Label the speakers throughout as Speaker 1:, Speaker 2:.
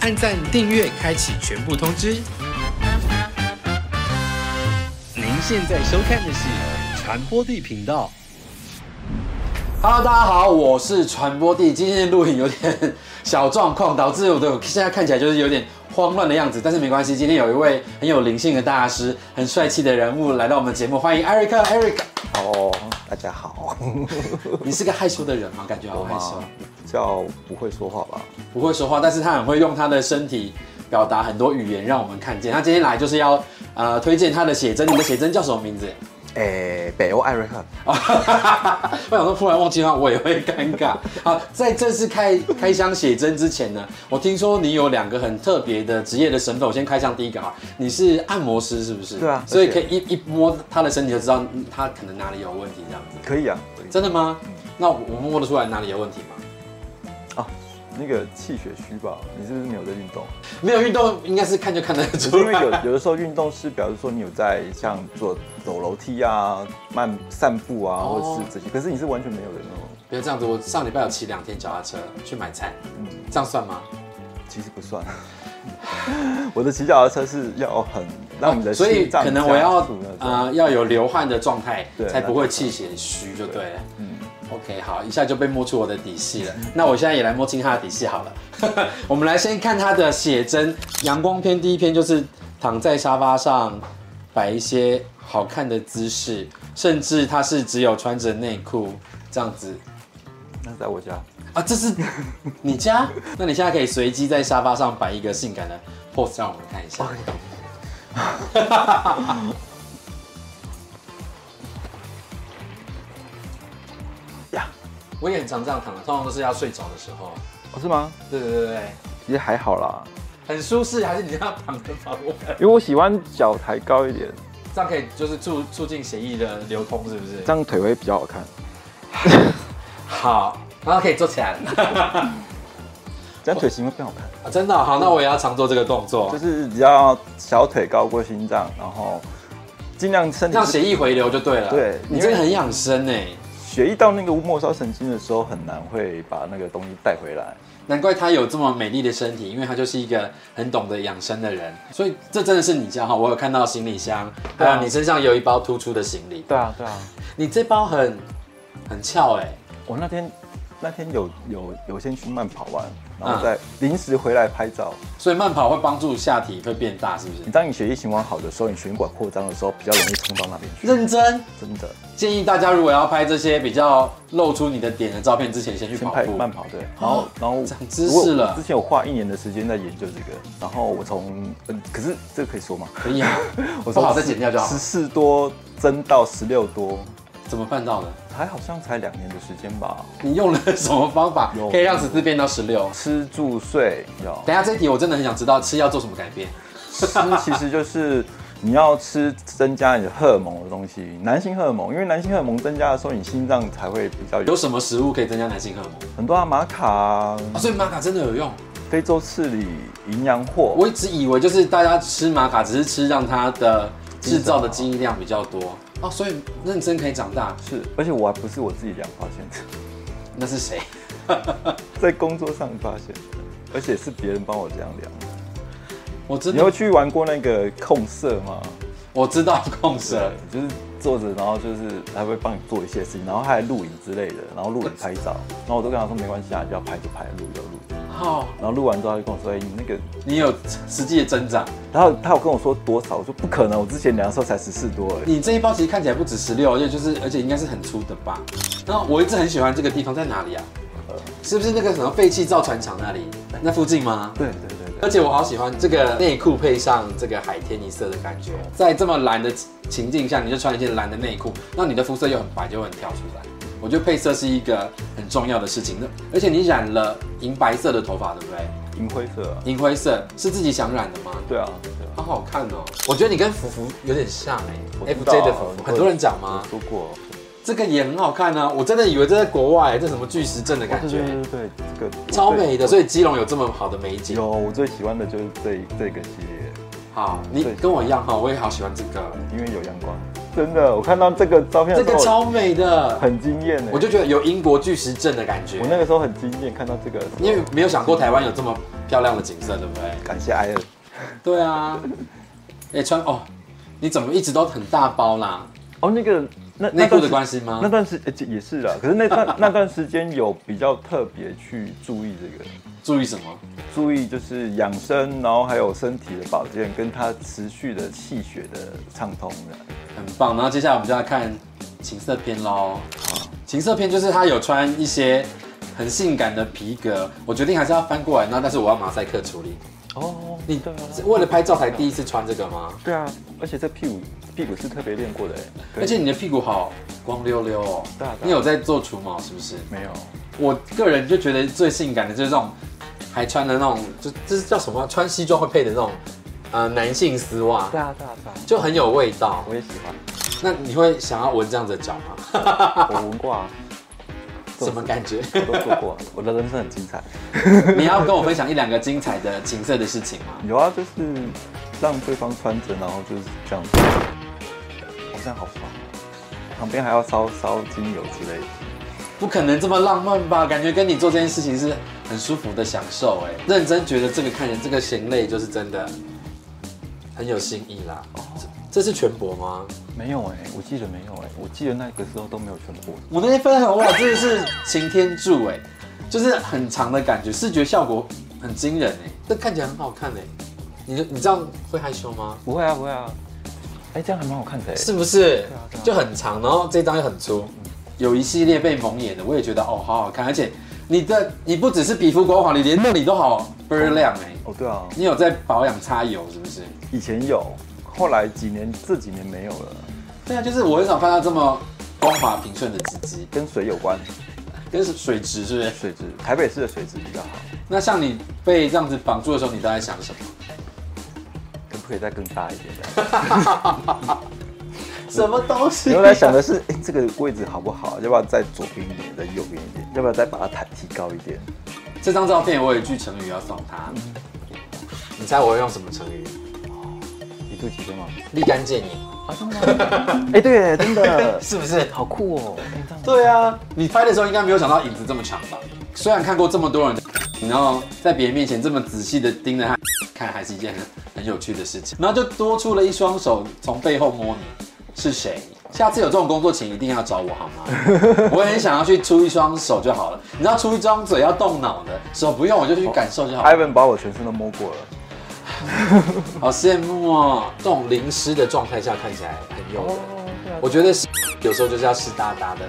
Speaker 1: 按赞、订阅、开启全部通知。您现在收看的是传播地频道。
Speaker 2: Hello，大家好，我是传播帝。今天录影有点小状况，导致我的现在看起来就是有点慌乱的样子，但是没关系。今天有一位很有灵性的大师，很帅气的人物来到我们节目，欢迎 Eric。Eric，
Speaker 3: 哦，大 家好，
Speaker 2: 你是个害羞的人吗？感觉好害羞，
Speaker 3: 叫不会说话吧？
Speaker 2: 不会说话，但是他很会用他的身体表达很多语言，让我们看见。他今天来就是要呃推荐他的写真，你的写真叫什么名字？
Speaker 3: 诶、
Speaker 2: 哎
Speaker 3: 北欧艾瑞克，
Speaker 2: 啊哈哈哈我想说，突然忘记的话，我也会尴尬。 好，在正式开开箱写真之前呢，我听说你有两个很特别的职业的身份。我先开箱第一个啊，你是按摩师是不是？
Speaker 3: 对啊
Speaker 2: 所以
Speaker 3: 而
Speaker 2: 可
Speaker 3: 且
Speaker 2: 以一一摸他的身体就知道嗯他可能哪里有问题，这样子。
Speaker 3: 可以啊，可以
Speaker 2: 真的吗？那我我摸得出来哪里有问题吗？哦
Speaker 3: 啊，那个气血虚吧？你是不是没有在运 动？
Speaker 2: 没有运动，应该是看就看得
Speaker 3: 可是
Speaker 2: 出
Speaker 3: 因为
Speaker 2: 来。
Speaker 3: 有有的时候运动是表示说你有在像做走楼梯啊、慢散步啊，
Speaker 2: 哦
Speaker 3: 或者是这些，可是你是完全没有的哦那种。
Speaker 2: 不要这样子，我上礼拜有骑两天脚踏车去买菜，
Speaker 3: 嗯，
Speaker 2: 这样算吗？
Speaker 3: 其实不算。 我的骑脚踏车是要很让你的
Speaker 2: 哦所以
Speaker 3: 心脏
Speaker 2: 可能我要
Speaker 3: 加速那种。
Speaker 2: 呃要有流汗的状态，
Speaker 3: 对
Speaker 2: 才不会气血虚，就对了。
Speaker 3: 嗯，
Speaker 2: OK，好，一下就被摸出我的底细了。那我现在也来摸清他的底细好了。 我们来先看他的写真，《阳光篇》第一篇就是躺在沙发上，摆一些好看的姿势，甚至他是只有穿着内裤这样子
Speaker 3: 那在我家，
Speaker 2: 啊。这是你家？ 那你现在可以随机在沙发上摆一个性感的 pose 让我们看一下。
Speaker 3: 呀，
Speaker 2: 我也很常这样躺的，通常都是要睡着的时候。
Speaker 3: 哦是吗？
Speaker 2: 对对对对，
Speaker 3: 其实还好啦，
Speaker 2: 很舒适，还是你这样躺着吧？我
Speaker 3: 因为我喜欢脚抬高一点。
Speaker 2: 这样可以就是促促进血液的流通，是不是？
Speaker 3: 这样腿会比较好看，
Speaker 2: 好，然后可以坐起来了。
Speaker 3: 这样腿型会更好看。
Speaker 2: 啊真的哦、好，那我也要常做这个动作
Speaker 3: 就，是只要小腿高过心脏，然后尽量身体
Speaker 2: 让血液回流就对了。
Speaker 3: 对
Speaker 2: 你
Speaker 3: 因为
Speaker 2: 真的很养生哎，
Speaker 3: 血液到那个末梢神经的时候，很难会把那个东西带回来。
Speaker 2: 难怪她有这么美丽的身体，因为她就是一个很懂得养生的人。所以这真的是你家哈，我有看到行李箱，还
Speaker 3: 对啊
Speaker 2: 有你身上有一包突出的行李，
Speaker 3: 对啊，对啊。
Speaker 2: 你这包很很翘哎，
Speaker 3: 我那天那天有有有先去慢跑完，然后再临时回来拍照。
Speaker 2: 欸所以慢跑会帮助下体会变大，是不
Speaker 3: 你
Speaker 2: 是？
Speaker 3: 当你血液循环好的时候，你血管扩张的时候，比较容易冲到那边去。
Speaker 2: 认真。
Speaker 3: 真的，
Speaker 2: 建议大家如果要拍这些比较露出你的点的照片之前，先去
Speaker 3: 先
Speaker 2: 跑
Speaker 3: 拍
Speaker 2: 步。
Speaker 3: 慢跑对，然后然后
Speaker 2: 哦长知
Speaker 3: 如果
Speaker 2: 识了
Speaker 3: 之前我花一年的时间在研究这个，然后我从嗯，可是这个可以说吗？
Speaker 2: 可以 啊，
Speaker 3: 我
Speaker 2: 不好再剪掉就好
Speaker 3: 哦十。四多增到十六多，
Speaker 2: 怎么办到的？
Speaker 3: 还好像才两年的时间吧。
Speaker 2: 你用了什么方法
Speaker 3: 有
Speaker 2: 可以让十四变到十六？
Speaker 3: 吃住睡 要
Speaker 2: 等一下这一题我真的很想知道吃药做什么改变。
Speaker 3: 吃，其实就是你要吃增加你的荷尔蒙的东西，男性荷尔蒙，因为男性荷尔蒙增加的时候，你心脏才会比较
Speaker 2: 有
Speaker 3: 有
Speaker 2: 什么食物可以增加男性荷尔蒙？
Speaker 3: 很多啊，玛卡啊、
Speaker 2: 啊，所以玛卡真的有用。
Speaker 3: 非洲刺梨、营养货，
Speaker 2: 我一直以为就是大家吃玛卡只是吃让它的制造的基因量比较多哦，所以认真可以长大。
Speaker 3: 是，而且我还不是我自己量发现的，
Speaker 2: 那是谁？
Speaker 3: 在工作上发现的，而且是别人帮我这样量。
Speaker 2: 我知
Speaker 3: 你
Speaker 2: 道
Speaker 3: 有，去玩过那个控色吗？
Speaker 2: 我知道控
Speaker 3: 对啊
Speaker 2: 蛇。，
Speaker 3: 就是坐着，然后就是还会帮你做一些事情，然后还录影之类的，然后录影拍照，然后我都跟他说没关系啊，要拍就拍，录就录。
Speaker 2: 好，
Speaker 3: 然后录完之后他就跟我说，哎、你那个，
Speaker 2: 你有实际的增长。
Speaker 3: 然后他有跟我说多少，我说不可能，我之前量的时候才十四多而已。
Speaker 2: 你这一包其实看起来不止十六，而且就是而且应该是很粗的吧？然后我一直很喜欢这个地方在哪里啊？
Speaker 3: 呃
Speaker 2: 是不是那个什么废弃造船厂那里那附近吗？
Speaker 3: 对对对
Speaker 2: 而且我好喜欢这个内裤配上这个海天一色的感觉，在这么蓝的情境下，你就穿一件蓝的内裤，那你的肤色又很白，就会很跳出来。我觉得配色是一个很重要的事情。那而且你染了银白色的头发，对不对？
Speaker 3: 对，银灰色、啊，
Speaker 2: 银灰色是自己想染的吗？
Speaker 3: 对啊，对啊。
Speaker 2: 好好看哦！我觉得你跟福福有点像
Speaker 3: 我
Speaker 2: 哎、
Speaker 3: 知
Speaker 2: f
Speaker 3: 道
Speaker 2: j 的福福，很多人讲吗？
Speaker 3: 我说过，
Speaker 2: 这个也很好看啊！我真的以为这在国外，这什么巨石阵的感
Speaker 3: 哦对对
Speaker 2: 觉，
Speaker 3: 对对，这个
Speaker 2: 超美的。
Speaker 3: 对
Speaker 2: 所以基隆有这么好的美景。
Speaker 3: 有我最喜欢的就是这一这个系列，
Speaker 2: 好，你
Speaker 3: 对
Speaker 2: 跟我一样哈，我也好喜欢这个。
Speaker 3: 因为有阳光。真的，我看到这个照 片
Speaker 2: 这
Speaker 3: 的时
Speaker 2: 个
Speaker 3: 候，
Speaker 2: 超美的，
Speaker 3: 很惊艳呢。
Speaker 2: 我就觉得有英国巨石阵的感觉
Speaker 3: 我。那个时候很惊艳，看到这个的时候，
Speaker 2: 因为没有想过台湾有这么漂亮的景色，对不对？
Speaker 3: 感谢艾尔，
Speaker 2: 对啊， 哎、穿哦，你怎么一直都很大包啦？
Speaker 3: 哦，那个那
Speaker 2: 内裤的
Speaker 3: 关。
Speaker 2: 关系吗
Speaker 3: 那？段时呃这也是啦，可是那段那段时间有比较特别去注意这个，
Speaker 2: 注意什么？
Speaker 3: 注意就是养生，然后还有身体的保健，跟它持续的气血的畅通的。
Speaker 2: 很棒。然后接下来我们就要看情色片喽。情色片就是他有穿一些很性感的皮革，我决定还是要翻过来，那但是我要马赛克处理。
Speaker 3: 哦，
Speaker 2: 你
Speaker 3: 对啊，
Speaker 2: 是为了拍照才第一次穿这个吗？
Speaker 3: 对啊，而且这屁股屁股是特别练过的哎，对
Speaker 2: 而且你的屁股好光溜溜哦
Speaker 3: 对啊对啊，
Speaker 2: 你有在做除毛是不是？
Speaker 3: 没有
Speaker 2: 我个人就觉得最性感的就是这种，还穿的那种，就这是叫什么啊？穿西装会配的那种，呃，男性丝袜，
Speaker 3: 对啊对啊对啊，
Speaker 2: 就很有味道。
Speaker 3: 我也喜 欢，
Speaker 2: 那你会想要闻这样子的脚吗？
Speaker 3: 我闻过啊，这种
Speaker 2: 什么感觉？
Speaker 3: 我都做过啊，我的人生很精彩。
Speaker 2: 你要跟我分享一两个精彩的情色的事情吗？
Speaker 3: 有啊，就是让对方穿着，然后就是这样子，好像好爽。旁边还要烧烧精油之类的。
Speaker 2: 不可能这么浪漫吧？感觉跟你做这件事情是很舒服的享受，哎，认真觉得这个看人这个行类就是真的很有新意啦。这这是全博吗？
Speaker 3: 没有哎、我记得没有哎、我记得那个时候都没有全部。
Speaker 2: 我那天分享哇，真的是擎天柱哎，就是很长的感觉，视觉效果很惊人哎，这看起来很好看哎。你你这样会害羞吗？
Speaker 3: 不会啊，不会啊。哎、这样还蛮好看的哎、
Speaker 2: 是不是
Speaker 3: 啊对啊？
Speaker 2: 就很长，然后这张又很粗，有一系列被蒙眼的，我也觉得哦，好好看，而且你的你不只是皮肤光滑，你连那里都好倍儿亮哎。
Speaker 3: 哦，对啊，
Speaker 2: 你有在保养擦油是不是？
Speaker 3: 以前有，后来几年这几年没有了，
Speaker 2: 对啊，就是我很少看到这么光滑平顺的指肌，
Speaker 3: 跟水有关，
Speaker 2: 跟水质是不是？
Speaker 3: 水质，台北市的水质比较好，
Speaker 2: 那像你被这样子绑住的时候，你都在想什么？
Speaker 3: 可不可以再更大一点的？
Speaker 2: 什么东西
Speaker 3: 因为在想的是， 哎、这个位置好不好？要不要再左边一点，再右边一点？要不要再把它抬提高一点？
Speaker 2: 这张照片我有一句成语要送他，你猜我会用什么成语？
Speaker 3: 一度几分吗？
Speaker 2: 立竿见影，
Speaker 3: 啊，真的吗？哎、对，真的，
Speaker 2: 是不是？
Speaker 3: 好酷哦！哎这样
Speaker 2: 对啊，你拍的时候应该没有想到影子这么长吧？虽然看过这么多人，然后在别人面前这么仔细的盯着他看，还是一件很很有趣的事情。然后就多出了一双手从背后摸你，是谁？下次有这种工作，请一定要找我好吗？ 我也很想要去出一双手就好了，你知道出一张嘴要动脑的，手不用我就去感受就好了。
Speaker 3: ，Ivan 把我全身都摸过了。
Speaker 2: 好羡慕哦！这种淋湿的状态下看起来很诱人。我觉得是有时候就是要湿哒哒的，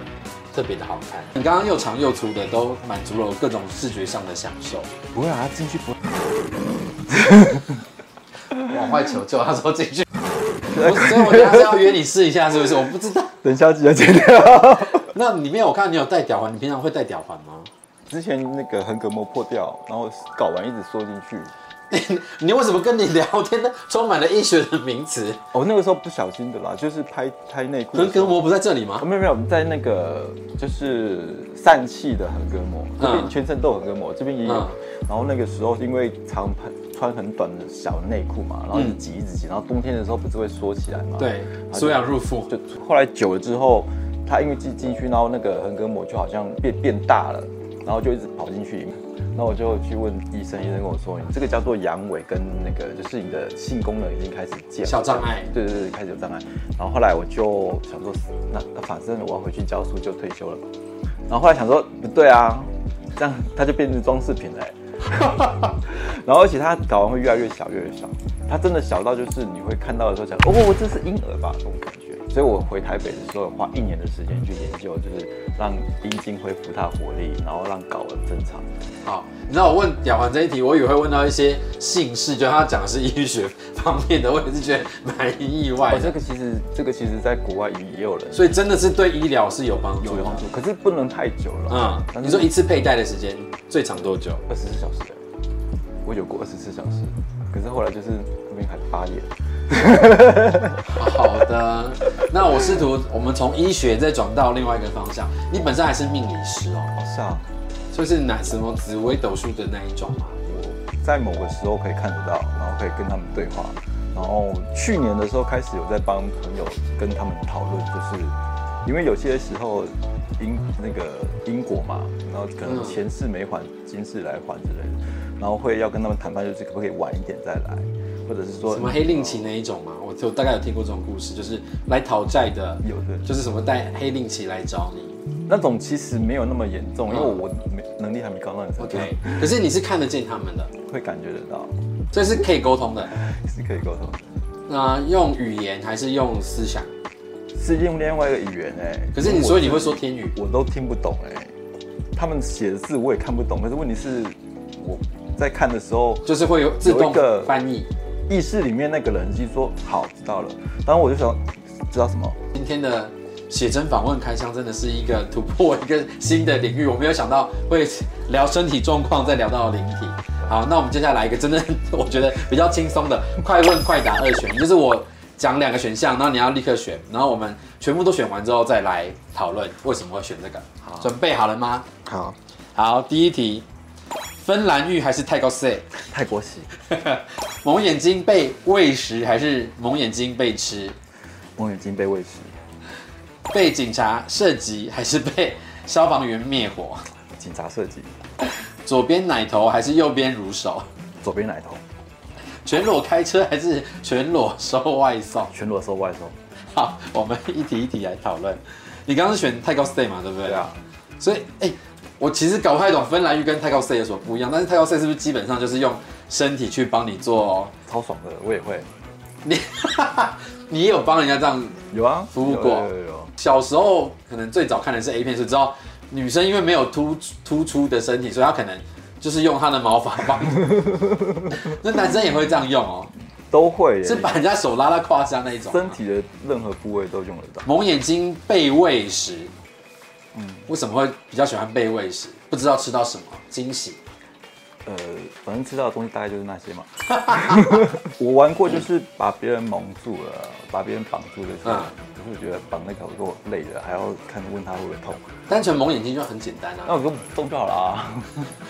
Speaker 2: 特别的好看。你刚刚又长又粗的都满足了我各种视觉上的享受。
Speaker 3: 不会啊，他进去不会。
Speaker 2: 往外求救，他说进去。 我所以我等一下是要约你试一下，是不是？我不知道。
Speaker 3: 等消极要剪掉。
Speaker 2: 那里面我看你有戴吊环，你平常会戴吊环吗？
Speaker 3: 之前那个横膈膜破掉，然后睾丸一直缩进去。
Speaker 2: 你你为什么跟你聊天呢？充满了医学的名词。
Speaker 3: 我、哦那个时候不小心的啦，就是拍拍内裤的时
Speaker 2: 横
Speaker 3: 候。
Speaker 2: 膈膜不在这里吗
Speaker 3: 哦？？没有没有，在那个就是疝气的横膈膜，这边
Speaker 2: 嗯
Speaker 3: 全身都有横膈膜，这边也有。
Speaker 2: 嗯
Speaker 3: 然后那个时候因为常很穿很短的小内裤嘛，然后一直挤一直挤，然后冬天的时候不是会缩起来嘛？
Speaker 2: 对，缩阳入腹。
Speaker 3: 就后来久了之后，它因为进进去，然后那个横膈膜就好像变变大了，然后就一直跑进去。然后我就去问医生，医生跟我说，你这个叫做阳痿，跟那个就是你的性功能已经开始减
Speaker 2: 小障碍
Speaker 3: 对对对，开始有障碍。然后后来我就想说，那那反正我要回去教书，就退休了。然后后来想说，不对啊，这样它就变成装饰品了欸、 然后而且它睾丸会越来越小，越来越小，它真的小到就是你会看到的时候想，哦，我这是婴儿吧，这种感觉。所以我回台北的时候，花一年的时间去研究，就是让阴茎恢复它的活力，然后让睾丸正常。
Speaker 2: 好，你知道我问屌环这一题，我以为会问到一些姓氏，就他讲的是医学方面的，我也是觉得蛮意外
Speaker 3: 哦，
Speaker 2: 的
Speaker 3: 这。个其实这个其实在国外也也有人
Speaker 2: 所以真的是对医疗是有啊帮助
Speaker 3: 有
Speaker 2: 的
Speaker 3: 用。处，可是不能太久了
Speaker 2: 嗯。，
Speaker 3: 但
Speaker 2: 你
Speaker 3: 是
Speaker 2: 说一次佩戴的时间最长多久？
Speaker 3: 二十四小时欸，我有过二十四小时，可是后来就是那边还发炎。
Speaker 2: 好的，那我试图我们从医学再转到另外一个方向。你本身还是命理师哦，
Speaker 3: 哦，是啊，
Speaker 2: 所以是哪什么紫微斗数的那一种吗？
Speaker 3: 我在某个时候可以看得到，然后可以跟他们对话，然后去年的时候开始有在帮朋友跟他们讨论，就是因为有些时候因那个因果嘛，然后可
Speaker 2: 嗯
Speaker 3: 能前世没还，今世来还之类的，然后会要跟他们谈判，就是可不可以晚一点再来，或者是说
Speaker 2: 什么黑令旗那一种嘛，我我大概有听过这种故事，就是来讨债的，
Speaker 3: 有的
Speaker 2: 就是什么带黑令旗来找你
Speaker 3: 那种其实没有那么严重，因为我没能力还没高到你程度
Speaker 2: ，OK，可是你是看得见他们的，
Speaker 3: 会感觉得到，
Speaker 2: 这是可以沟通的。
Speaker 3: 是可以沟通的，
Speaker 2: 那用语言还是用思想？
Speaker 3: 是用另外一个语言哎、
Speaker 2: 可是你
Speaker 3: 我
Speaker 2: 所以你会说天语，
Speaker 3: 我都听不懂哎、他们写的字我也看不懂，可是问题是我在看的时候，
Speaker 2: 就是会有自动
Speaker 3: 有一个
Speaker 2: 翻译。
Speaker 3: 意识里面那个人就说好知道了，然后我就想知道什么，
Speaker 2: 今天的写真访问开箱真的是一个突破一个新的领域，我没有想到会聊身体状况，再聊到灵体。好，那我们接下来一个真的我觉得比较轻松的快问快答二选一，就是我讲两个选项，然后你要立刻选，然后我们全部都选完之后再来讨论为什么会选这个。好，准备好了吗？
Speaker 3: 好，
Speaker 2: 好，第一题，芬兰浴还是泰国 C？
Speaker 3: 泰国洗，
Speaker 2: 蒙眼睛被喂食还是蒙眼睛被吃？
Speaker 3: 我已经被喂食，
Speaker 2: 被警察射击还是被消防员灭火？
Speaker 3: 警察射击，
Speaker 2: 左边奶头还是右边乳手？
Speaker 3: 左边奶头，
Speaker 2: 全裸开车还是全裸收外送？
Speaker 3: 全裸收外收，
Speaker 2: 好，我们一题一题来讨论。你刚刚是选泰高 stay 嘛，对不对？
Speaker 3: 对啊。
Speaker 2: 所以，哎、我其实搞不太懂芬兰浴跟泰高 stay 有什么不一样，但是泰高 stay 是不是基本上就是用身体去帮你做？哦
Speaker 3: 超爽的，我也会，
Speaker 2: 你 你也有帮人家这样
Speaker 3: 有啊，
Speaker 2: 服务过
Speaker 3: 有有有有，
Speaker 2: 小时候可能最早看的是 A 片，是知道女生因为没有突突出的身体，所以她可能就是用她的毛发帮 你。那男生也会这样用哦，
Speaker 3: 都会耶，欸
Speaker 2: 是把人家手拉到胯下那一种吗。啊
Speaker 3: 身体的任何部位都用得到，
Speaker 2: 蒙眼睛被喂食，嗯
Speaker 3: 嗯，
Speaker 2: 为什么会比较喜欢被喂食？不知道吃到什么惊喜。
Speaker 3: 呃，反正吃到的东西大概就是那些嘛。 我玩过就是把别人蒙住了，把别人绑住的时
Speaker 2: 嗯
Speaker 3: 候，可是我觉得绑那条如果累了，还要看问他会不会痛，
Speaker 2: 单纯蒙眼睛就很简单
Speaker 3: 那
Speaker 2: 啊，
Speaker 3: 我就动就好了啊。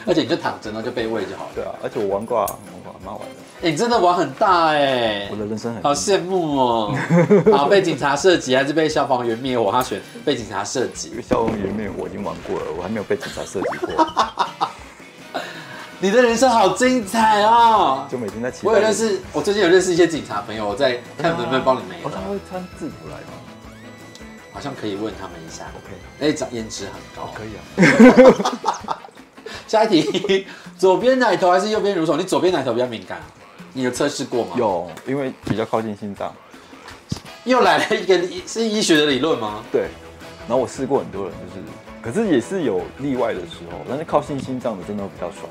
Speaker 2: 而且你就躺着呢就被喂就好了。
Speaker 3: 对啊，而且我玩过啊，玩过、啊，蛮好玩的。
Speaker 2: 哎、你真的玩很大哎、
Speaker 3: 我的人生很
Speaker 2: 好羡慕 哦！好，被警察射击还是被消防员灭火？他选被警察射击
Speaker 3: 因。为消防员面我已经玩过了，我还没有被警察射击 过，
Speaker 2: 你的人生好精彩哦！
Speaker 3: 就每天在期待。
Speaker 2: 我有认，识，我最近有认识一些警察朋友，我在看能不能帮你们一
Speaker 3: 哦，他
Speaker 2: 个，
Speaker 3: 会穿制服来吗
Speaker 2: 好像可以问他们一下。
Speaker 3: ？OK，
Speaker 2: 哎，长颜值很高。
Speaker 3: 可以啊。
Speaker 2: 下一题， 左边奶头还是右边乳手？你左边奶头比较敏感，你有测试过吗？。
Speaker 3: 有，因为比较靠近心脏。
Speaker 2: 又来了一个是医学的理论吗？
Speaker 3: 对，然后我试过很多人，就是，可是也是有例外的时候，但是靠近心脏的真的会比较爽，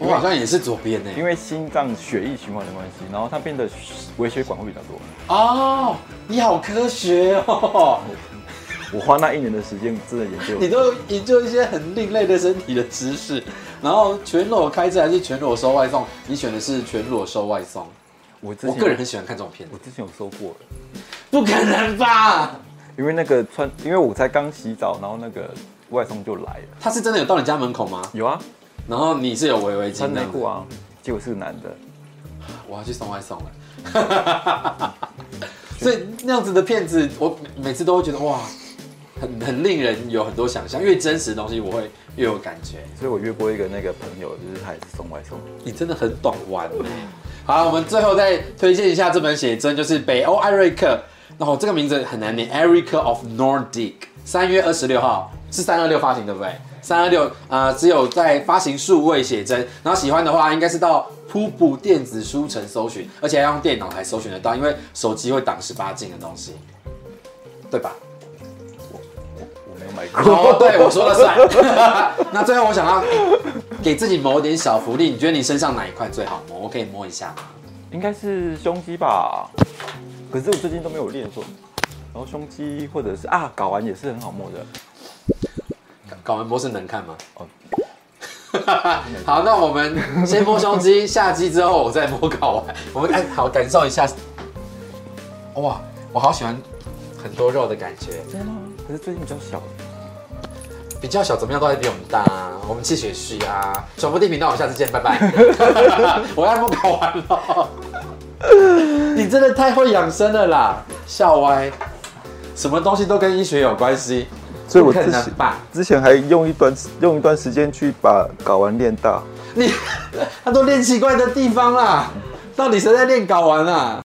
Speaker 2: 我好像也是左边呢。
Speaker 3: 因为心脏血液循环的关系，然后它变得微血管会比较多。
Speaker 2: 哦，你好科学 哦，
Speaker 3: 我花那一年的时间真的研究，
Speaker 2: 你都研究一些很另类的身体的知识。然后全裸开车还是全裸收外送？你选的是全裸收外送。
Speaker 3: 我之
Speaker 2: 我
Speaker 3: 前
Speaker 2: 个人很喜欢看这种片子
Speaker 3: 我。之前有收过，
Speaker 2: 不可能吧？
Speaker 3: 因为那个穿，因为我才刚洗澡，然后那个外送就来了，
Speaker 2: 他是真的有到你家门口吗？
Speaker 3: 有啊，
Speaker 2: 然后你是有围围巾
Speaker 3: 穿
Speaker 2: 的
Speaker 3: 内裤？啊，结果是个男的，
Speaker 2: 我要去送外送了。 所以那样子的片子，我每每次都会觉得哇，很很令人有很多想象，越真实的东西我会越有感觉。
Speaker 3: 所以我约过一个那个朋友，就是他也是送外送，
Speaker 2: 你真的很懂玩欸、好，我们最后再推荐一下这本写真，就是北欧艾瑞克，然、后这个名字很难念，Eric of Nordic，三月二十六号是三二六发行，对不对？三二六，呃，只有在发行数位写真，然后喜欢的话应该是到瀑布电子书城搜寻，而且要用电脑才搜寻得到，因为手机会挡十八禁的东西，对吧？
Speaker 3: 我没有买过，
Speaker 2: 哦，对，我说了算。 那最后我想要、欸给自己某点小福利，你觉得你身上哪一块最好摸？我可以摸一下吗？
Speaker 3: 应该是胸肌吧，可是我最近都没有练，所以然后胸肌或者是啊，睾丸也是很好摸的。
Speaker 2: 睾丸模式能看吗？
Speaker 3: 哦
Speaker 2: 好，那我们先摸胸肌，下肌之后我再摸睾丸。我们哎，好感受一下。哇，我好喜欢很多肉的感觉，
Speaker 3: 真的吗？可是最近比较小，
Speaker 2: 比较小，怎么样都还比我们大、啊。我们气血 虚啊。传播地频道，我们下次见，拜拜。我要摸睾丸了。你真的太会养生了啦，笑歪。什么东西都跟医学有关系，
Speaker 3: 所以我
Speaker 2: 不可
Speaker 3: 之
Speaker 2: 能
Speaker 3: 前
Speaker 2: 吧？
Speaker 3: 之前还用一段用一段时间去把睾丸练大。
Speaker 2: 你他都练奇怪的地方啦，到底谁在练睾丸啊？